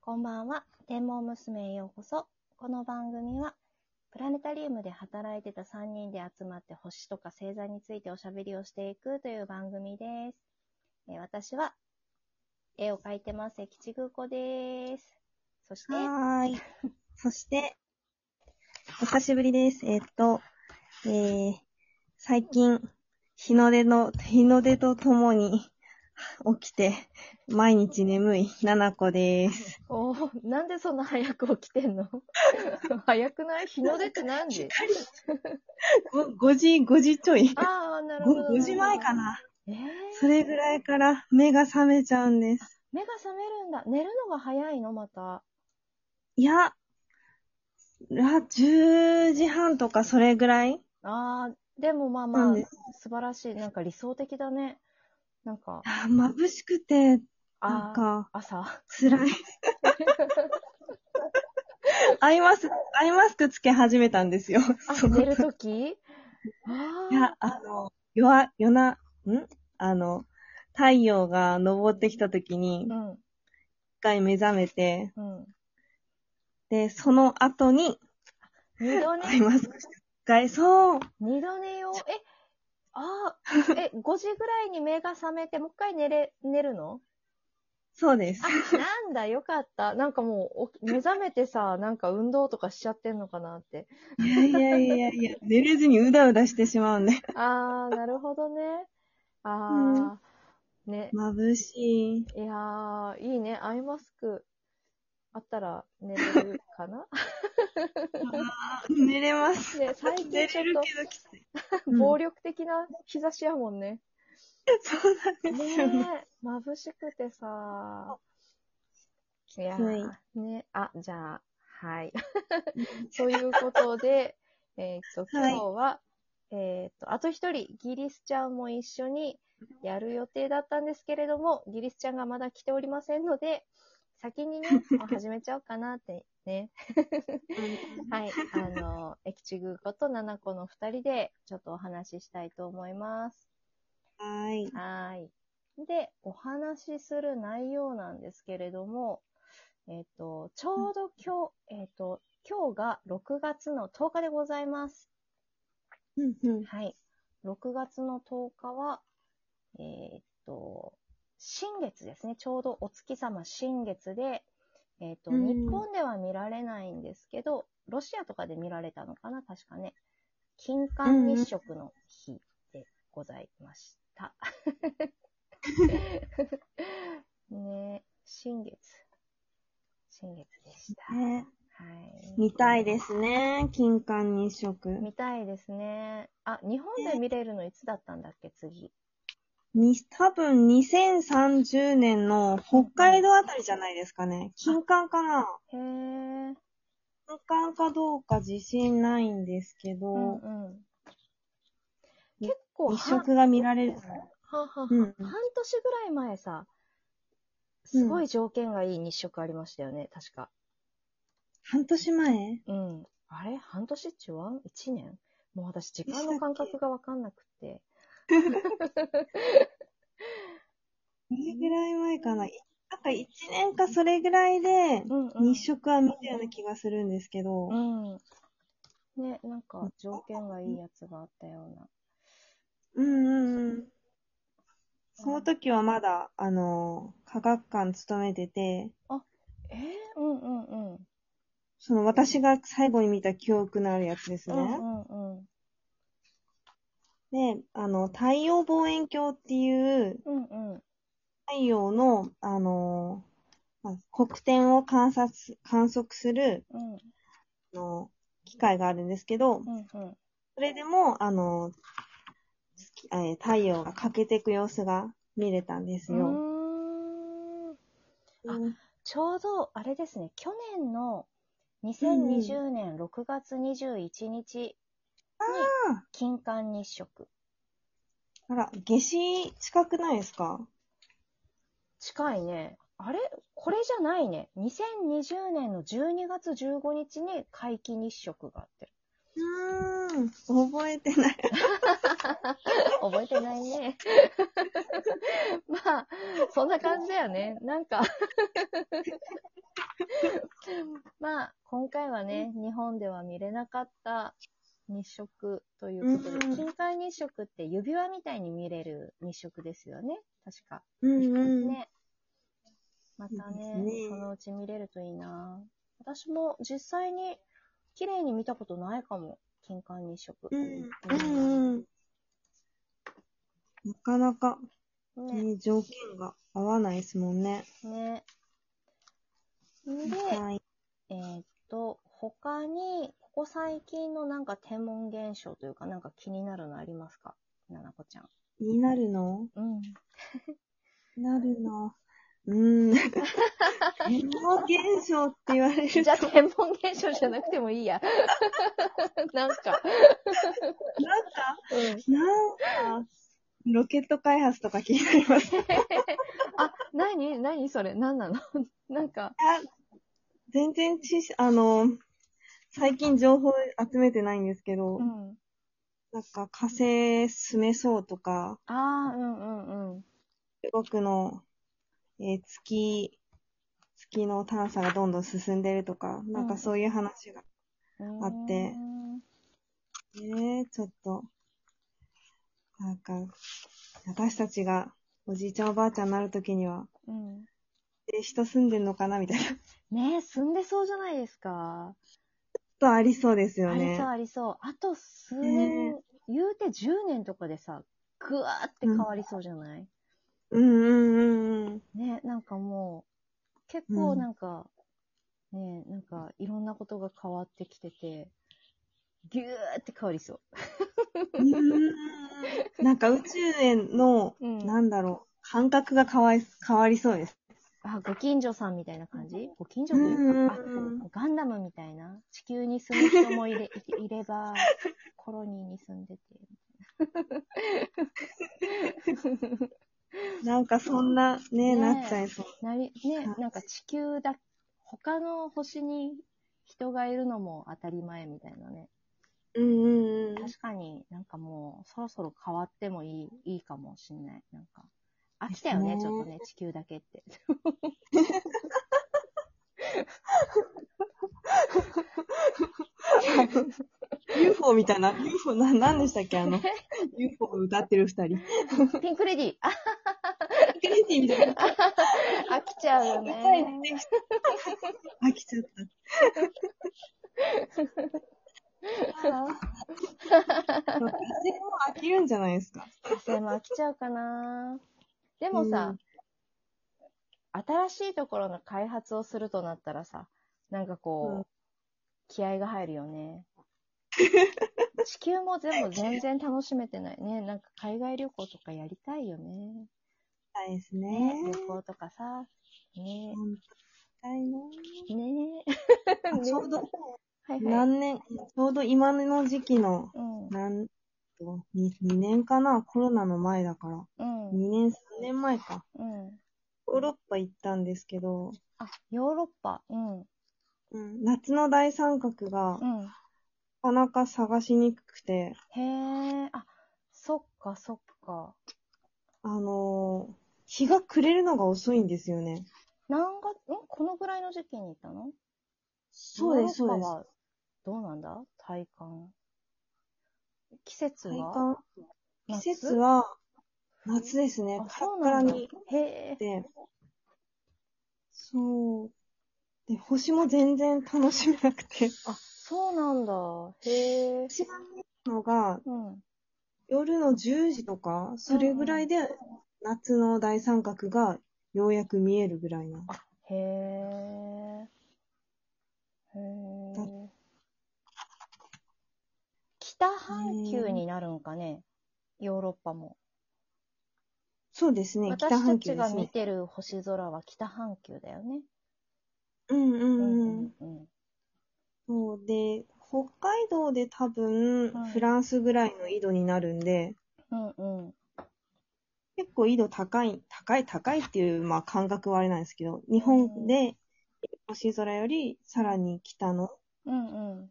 こんばんは。天文娘へようこそ。この番組は、プラネタリウムで働いてた3人で集まって星とか星座についておしゃべりをしていくという番組です。えー私は、絵を描いてます。吉ぐうこです。そして、はーい。そして、お久しぶりです。えーっと、えー、最近、日の出の、日の出とともに起きて、毎日眠い、ななこです。おーなんでそんな早く起きてんの 早くない日の出って何時ご5時、5時ちょい。ああ、なるほど。 5, 時前かな。えー、それぐらいから目が覚めちゃうんです。目が覚めるんだ。寝るのが早いのまた。いや、ら10時半とかそれぐらい ああ、でもまあなまあんで、素晴らしい。なんか理想的だね。なんか、あー眩しくて、なんあか、あ、朝。辛い。アイマスク、アイマスクつけ始めたんですよ。あ、その寝ると きあいや、あの、夜、夜な、んあの、太陽が昇ってきた時に、あ、一うん、回目覚めて、うん。で、その後に、二度アイ寝、マスクして、一回、そう、二度寝よ。え、ああ、え、5時ぐらいに目が覚めて、もう一回寝れ、寝るのそうですあ。、 なんだ、よかった。なんかもう、お目覚めてさ、なんか運動とかしちゃってんのかなって。いやいやいやいや、寝れずにうだうだしてしまうんで。あー、なるほどね。あー、ね。眩しい。いやー、いいね。アイマスクあったら寝れるか な寝れます。ね、最近寝ちょれるっけどきつとい。うん 暴力的な日差しやもんね。そうなんですよね。ねえ、眩しくてさ。いやついー、ね、あ、じゃあ、 はい。ということで、えーっと、今はい日は、えーっと、あと一人、ギリスちゃんも一緒にやる予定だったんですけれども、ギリスちゃんがまだ来ておりませんので、先 にね、もう始めちゃおうかなってね。はい。あの、 エキチグことナナコの二人で、ちょっとお話ししたいと思います。はい。はーい。で、お話しする内容なんですけれども、えっ、と、ちょうど今日、えっ、と、今日が6月の10日でございます。うんうん。はい。6月の10日は、えっ、と、新月ですね。ちょうどお月様新月で、えっ、と、うん日本では見られないんですけど、ロシアとかで見られたのかな確かね。金環日食の日でございま した。 ねえ新月。新月でした。ねはい。見たいですね。金環日食。見たいですね。あ、日本で見れるのいつだったんだっけ、次。に、多分2030年の北海道あたりじゃないですかね。金環かなへえ。うん金環かどうか自信ないんですけど、うん。結構は、日食が見られる。はははうん半年ぐらい前さ、すごい条件がいい日食ありましたよね、確か。半年前うん。あれ半年っちゅわん ?1 年もう私、時間の感覚がわかんなくて。 どれぐらい前かないなんか1年かそれぐらいでうん、うん。日食は見たような気がするんですけど、うん。ね、なんか、条件がいいやつがあったような。うんうんうん。その時はまだ、あの、科学館勤めてて、えー、うんうんうん。その私が最後に見た記憶のあるやつですね。うんうんうん。で、あの、太陽望遠鏡っていう、うんうん。太陽の、あのーまあ黒点を観察す、観測する、うんあの機械があるんですけど、うんうん。それでも、あのー月えー太陽が欠けていく様子が見れたんですよ。うーんーうんちょうど、あれですね、去年の2020年6月21日にあー金環日食。あら、夏至近くないですか近いね。あれこれじゃないね。2020年の12月15日に皆既日食があってる。うーん、覚えてない。覚えてない ね。 まあ、そんな感じだよね。なんか、まあ、今回はね、日本では見れなかった日食ということで、うん金環日食って指輪みたいに見れる日食ですよね。確か。うんうん。ね。またねいいですねそのうち見れるといいな。私も実際に綺麗に見たことないかも。金環日食。うんん。うんうん。なかなか、ねね、条件が合わないですもんね。ね。で、はい。えーっと、他に、ここ最近のなんか天文現象というか、なんか気になるのありますかななこちゃん。気になるの うん。なるな。うー ん。天皇現象って言われるじとゃあ、、天文現象じゃなくてもいいや。 なんか、なんか、うん。なんか、ロケット開発とか気になります。あ、なになにそれなんなの なんか、あ 全然知識、あの、最近情報集めてないんですけど、うん。なんか火星進めそうとか、ああ、うんうんうん。中国の、えー月、月の探査がどんどん進んでるとか、なんかそういう話が、あってねえちょっと、なんか、私たちがおじいちゃんおばあちゃんになるときには、うーん。うん。え人住んでんのかなみたいな。ちょっねえ、住んでそうじゃないですか。とありそうですよありねそう。ありそう。あと数年、言うて10年とかでさ、ぐわーって変わりそうじゃない、うんうんうんうん。ね、なんかもう、結う構んなんか、ね、なんかいろんなことが変わってきてて、ぎゅーって変わりそう ーんなんか宇宙への、う。うん。なんだろう、感覚が変わり変わりそうです。あ、ご近所さんみたいな感じご近所というか、あうんうんうんガンダムみたいな。地球に住む人も いれいいれば、コロニーに住んで て。なんかそんな、ね、ねえなっちゃいそう。なり、ねは、いなんか地球だ、他の星に人がいるのも当たり前みたいなね。うんうんうん。確かになんかもう、そろそろ変わってもいい、いいかもしんない。なんか、飽きたよね、ですちねょっとね、地球だけって。 UFO みたいな、UFO な、なんでしたっけあの、UFO を歌ってる二人。ピンクレディー、あ、クレディみたいな。飽きちゃうよ歌いね。出てきた飽きちゃった。ああ。でも飽きるんじゃないですか。でも飽きちゃうかな。でもさ、新しいところの開発をするとなったらさ、なんかこう、うん気合が入るよ ね。地球も全部全然楽しめてないね。なんか海外旅行とかやりたいよね。そうですねね。旅行とかさ。ね本当にねねあちょうど、はいはい。何年、ちょうど今の時期の、うん。なんと、2, 2年かなコロナの前だから。うん。 2年、3年前か。うん。ヨーロッパ行ったんですけど、あ、ヨーロッパ。うん。うん。うん、夏の大三角が、なかなか探しにくくて、へえ。あ、そっかそっか。あのー日が暮れるのが遅いんですよね。何月、んこのぐらいの時期に行ったのそうです、ヨそーロッうでパす。はどうなんだ体感。季節体は感、季節は、夏ですね。あ、カラそうッカラなんだに。へえ。で、そう。で、星も全然楽しめなくて。あ、そうなんだ。へえ。一番見るのが、うん。夜の10時とか、それぐらいで、夏の大三角が、ようやく見えるぐらいな。へえ。へえ。北半球になるんかね、ヨーロッパも。そうですね、北私た半球ちでがす見ね。てる星空は北半球だよね。うんううんうん。うん。そうで、北海道で多分、うんフランスぐらいの緯度になるんで、うんうん。結構緯度高い、高い、高いっていう、まあ感覚はあれなんですけど、日本で星空よりさらに北のっうんうん。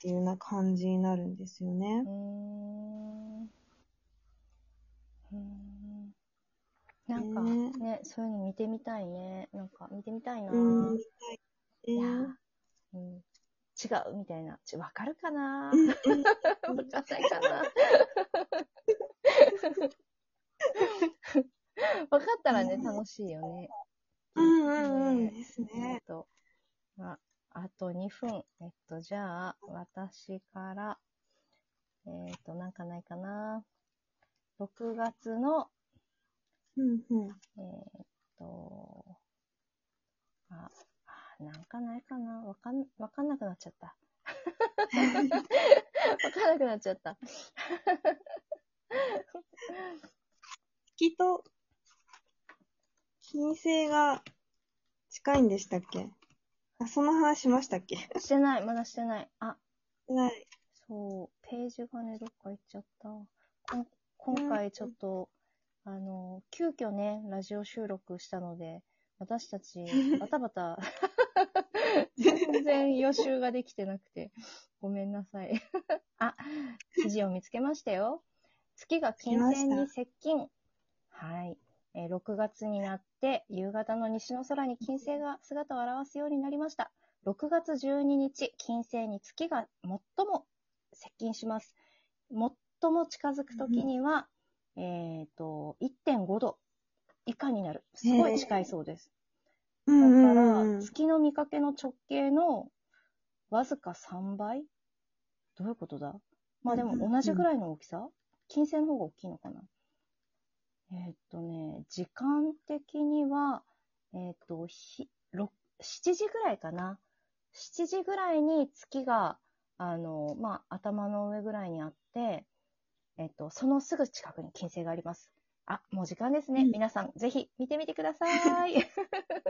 ていうような感じになるんですよねうー。んうーんなんかねね、そういうの見てみたいね。なんか見てみたいな。うん。えいやーーうん、違うみたいな。ちわかるかなわうんかんないか なわかったらね、ね楽しいよね。うんうんうん。ですえっね。と、まあ、あと2分。えっと、じゃあ、私から、えっと、なんかないかな。6月の、うんうん。えーっと、あ、あなんかないかな。わかん、わかんなくなっちゃった。わかんなくなっちゃった。月と金星が近いんでしたっけあ、その話しましたっ けしてない、まだしてない。あ、はい。そう、ページがね、どっか行っちゃった。こん今回ちょっと、あの、急遽ね、ラジオ収録したので、私たち、バタバタ、全然予習ができてなくて、ごめんなさい。 あ、記事を見つけましたよ。月が金星に接近。はい。えー6月になって、夕方の西の空に金星が姿を現すようになりました。6月12日、金星に月が最も接近します。最も近づくときには、えっ、と、1.5度以下になる。すごい近いそうです。うだんかうんうら、ん。月の見かけの直径のわずか3倍どういうことだまあでうんうんうもん同じぐらいの大きさ金星の方が大きいのかなえーっとね、時間的には、えーっと、ひろ7時ぐらいかな。7時ぐらいに月が、あの、まあ、頭の上ぐらいにあって、えーっと、そのすぐ近くに金星があります。あ、もう時間ですね。うん皆さん、ぜひ見てみてください。